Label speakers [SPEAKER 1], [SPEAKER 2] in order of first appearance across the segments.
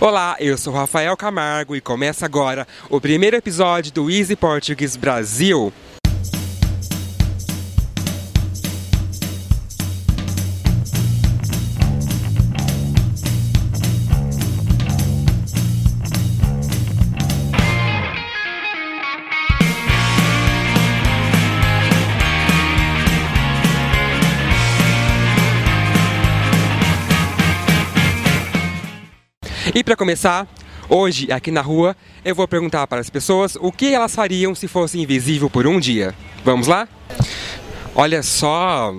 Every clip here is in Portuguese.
[SPEAKER 1] Olá, eu sou Rafael Camargo e começa agora o primeiro episódio do Easy Português Brasil. E para começar, hoje aqui na rua eu vou perguntar para as pessoas o que elas fariam se fossem invisível por um dia. Vamos lá? Olha só.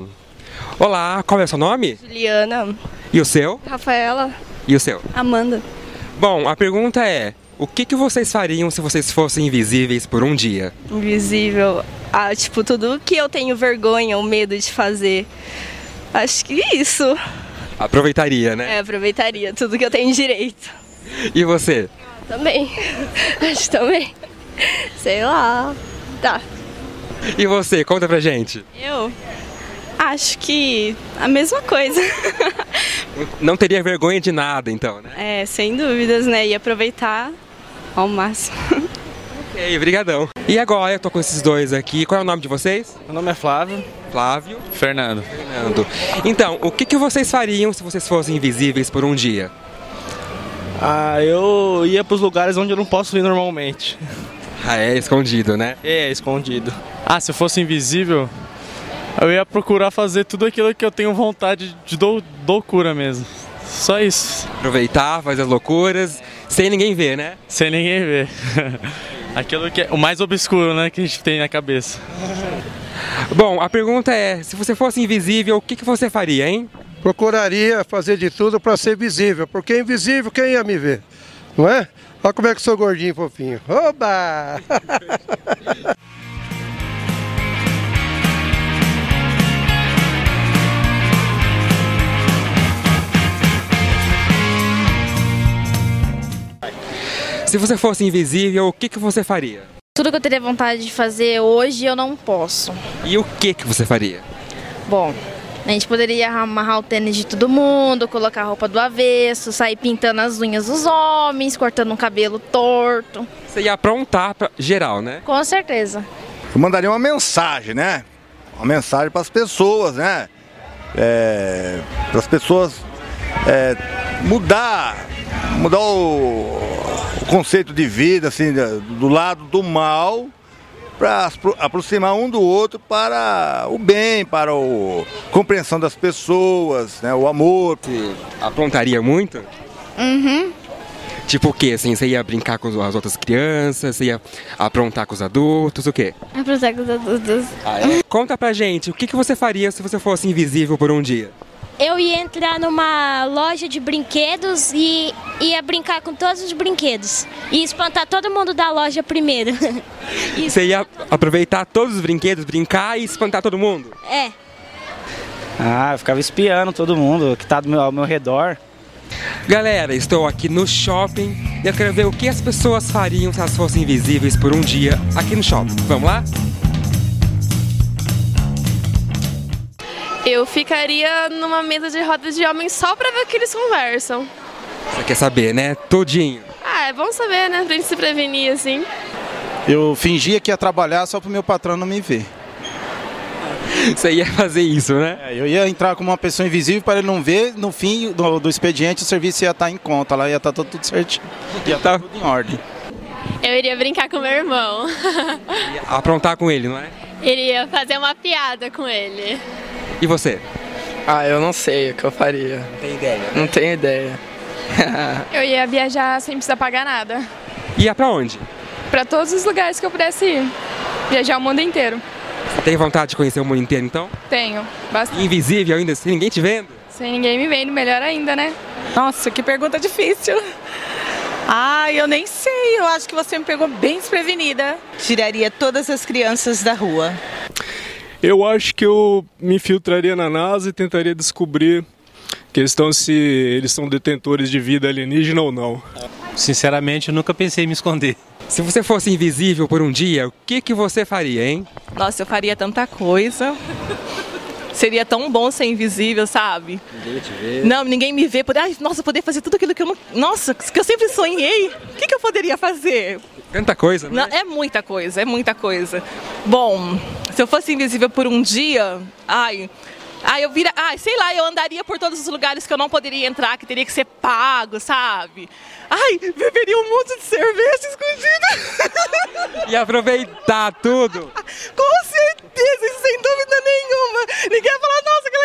[SPEAKER 1] Olá, qual é o seu nome?
[SPEAKER 2] Juliana,
[SPEAKER 1] E o seu?
[SPEAKER 2] Rafaela,
[SPEAKER 1] E o seu?
[SPEAKER 2] Amanda.
[SPEAKER 1] Bom, a pergunta é: o que, que vocês fariam se vocês fossem invisíveis por um dia?
[SPEAKER 2] Invisível. Ah, tipo, tudo que eu tenho vergonha ou medo de fazer. Acho que isso.
[SPEAKER 1] Aproveitaria, né?
[SPEAKER 2] É, aproveitaria tudo que eu tenho direito.
[SPEAKER 1] E você?
[SPEAKER 2] Também. Acho também. Sei lá. Tá.
[SPEAKER 1] E você? Conta pra gente.
[SPEAKER 3] Eu acho que a mesma coisa.
[SPEAKER 1] Não teria vergonha de nada, então, né?
[SPEAKER 3] é, sem dúvidas, né? E aproveitar ao máximo.
[SPEAKER 1] Ok, brigadão. E agora eu tô com esses dois aqui. Qual é o nome de vocês?
[SPEAKER 4] Meu nome é Flávio.
[SPEAKER 1] Flávio.
[SPEAKER 4] Fernando.
[SPEAKER 1] Fernando. Então, o que, que vocês fariam se vocês fossem invisíveis por um dia?
[SPEAKER 4] Ah, eu ia pros lugares onde eu não posso ir normalmente.
[SPEAKER 1] Ah, é escondido, né?
[SPEAKER 4] É, escondido.
[SPEAKER 5] Ah, se eu fosse invisível, eu ia procurar fazer tudo aquilo que eu tenho vontade de dou, loucura mesmo. Só isso,
[SPEAKER 1] Aproveitar, fazer as loucuras, sem ninguém ver, né?
[SPEAKER 5] sem ninguém ver. aquilo que é o mais obscuro, né, que a gente tem na cabeça.
[SPEAKER 1] Bom, a pergunta é, se você fosse invisível, o que, que você faria, hein?
[SPEAKER 6] Procuraria fazer de tudo para ser visível, porque é invisível quem ia me ver, não é? Olha como é que eu sou gordinho, fofinho. Oba!
[SPEAKER 1] Se você fosse invisível, o que, que você faria?
[SPEAKER 7] Tudo que eu teria vontade de fazer hoje eu não posso.
[SPEAKER 1] E o que, que você faria?
[SPEAKER 7] Bom, a gente poderia amarrar o tênis de todo mundo, colocar a roupa do avesso, sair pintando as unhas dos homens, cortando um cabelo torto.
[SPEAKER 1] Você ia aprontar pra geral, né?
[SPEAKER 7] Com certeza.
[SPEAKER 8] Eu mandaria uma mensagem, né? Uma mensagem para as pessoas, né? É, para as pessoas é, mudar, mudar o, o conceito de vida, assim, da- do lado do mal, para aproximar um do outro para o bem, para o compreensão das pessoas, né? O amor.
[SPEAKER 1] Você aprontaria muito? Uhum. Tipo o quê, assim? Você ia brincar com as outras crianças? Você ia aprontar com os adultos? O quê?
[SPEAKER 9] É
[SPEAKER 10] Aprontar com os adultos.
[SPEAKER 1] Conta pra gente, o que, que você faria se você fosse invisível por um dia?
[SPEAKER 10] Eu ia entrar numa loja de brinquedos e ia brincar com todos os brinquedos. E espantar todo mundo da loja primeiro. Isso.
[SPEAKER 1] Você ia aproveitar todos os brinquedos, brincar e espantar todo mundo?
[SPEAKER 10] É.
[SPEAKER 11] Ah, eu ficava espiando todo mundo que tá do meu, ao meu redor.
[SPEAKER 1] Galera, estou aqui no shopping e eu quero ver o que as pessoas fariam se elas fossem invisíveis por um dia aqui no shopping. Vamos lá?
[SPEAKER 9] Eu ficaria numa mesa de roda de homens só pra ver o que eles conversam.
[SPEAKER 1] Você quer saber, né? Todinho.
[SPEAKER 9] Ah, é bom saber, né? Pra gente se prevenir, assim.
[SPEAKER 12] Eu fingia que ia trabalhar só pro meu patrão não me ver.
[SPEAKER 1] Você ia fazer isso, né?
[SPEAKER 12] É, eu ia entrar como uma pessoa invisível para ele não ver. No fim do, do expediente, o serviço ia estar em conta. Lá ia estar tudo, tudo certinho. Ia
[SPEAKER 4] Tá.
[SPEAKER 12] estar tudo em ordem.
[SPEAKER 9] Eu iria brincar com meu irmão.
[SPEAKER 1] Aprontar com ele, não é?
[SPEAKER 9] iria fazer uma piada com ele.
[SPEAKER 1] E você?
[SPEAKER 4] Ah, eu não sei o que eu faria.
[SPEAKER 1] Não tem ideia.
[SPEAKER 4] Não tenho ideia.
[SPEAKER 9] Eu ia viajar sem precisar pagar nada.
[SPEAKER 1] Ia pra onde?
[SPEAKER 9] Pra todos os lugares que eu pudesse ir. Viajar o mundo inteiro.
[SPEAKER 1] Tem vontade de conhecer o mundo inteiro, então?
[SPEAKER 9] Tenho. Bastante.
[SPEAKER 1] Invisível ainda, sem ninguém te vendo?
[SPEAKER 9] Sem ninguém me vendo, melhor ainda, né?
[SPEAKER 3] Nossa, que pergunta difícil. Ah, eu nem sei. Eu acho que você me pegou bem desprevenida. Tiraria todas as crianças da rua.
[SPEAKER 5] Eu acho que eu me infiltraria na NASA e tentaria descobrir questão se eles são detentores de vida alienígena ou não.
[SPEAKER 11] Sinceramente, eu nunca pensei em me esconder.
[SPEAKER 1] Se você fosse invisível por um dia, o que, que você faria, hein?
[SPEAKER 3] Nossa, eu faria tanta coisa.
[SPEAKER 13] Seria tão bom ser invisível, sabe?
[SPEAKER 1] Ninguém te vê.
[SPEAKER 13] Não, ninguém me vê. Por... Ai, nossa, poder fazer tudo aquilo que eu não... Nossa, que eu sempre sonhei. O que, que eu poderia fazer?
[SPEAKER 1] Tanta coisa, né?
[SPEAKER 13] Não, é muita coisa, é muita coisa. Bom, se eu fosse invisível por um dia, ai. Ai, eu vira. Ai, sei lá, eu andaria por todos os lugares que eu não poderia entrar, que teria que ser pago, sabe? Ai, beberia um monte de cerveja escondida.
[SPEAKER 1] E aproveitar tudo.
[SPEAKER 13] Com certeza, isso sem dúvida nenhuma. Ninguém ia falar, nossa, aquela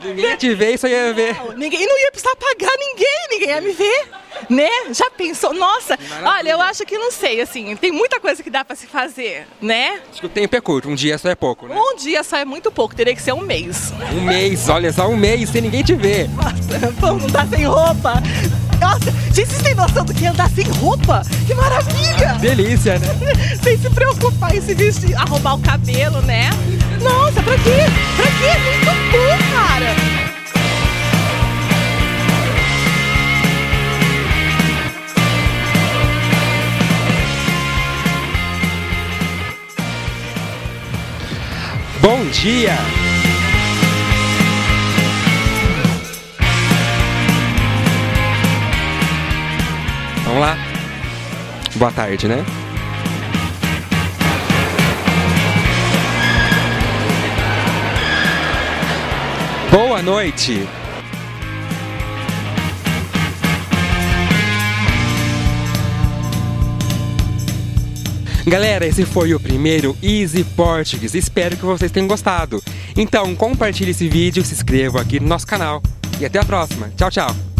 [SPEAKER 13] ali.
[SPEAKER 1] Ninguém ia te ver, isso ia ver.
[SPEAKER 13] Não, ninguém não ia precisar pagar ninguém, ninguém ia me ver, né? Já pensou? Nossa, olha, eu acho que não sei, assim, tem muita coisa que dá pra se fazer, né?
[SPEAKER 1] Acho que o tempo é curto, um dia só é pouco, né?
[SPEAKER 13] Um dia só é muito pouco, teria que ser um mês.
[SPEAKER 1] Um mês, olha só, um mês sem ninguém te ver.
[SPEAKER 13] Nossa, vamos não tá sem roupa. Nossa, gente, vocês têm noção do que é andar sem roupa? Que maravilha!
[SPEAKER 1] Delícia, né?
[SPEAKER 13] sem se preocupar em se vestir, arrumar o cabelo, né? Nossa, pra quê? Pra quê? Muito bom, cara!
[SPEAKER 1] Bom dia! Vamos lá? Boa tarde, né? Boa noite! Galera, esse foi o primeiro Easy Português. Espero que vocês tenham gostado. Então, compartilhe esse vídeo, se inscreva aqui no nosso canal. E até a próxima. Tchau, tchau.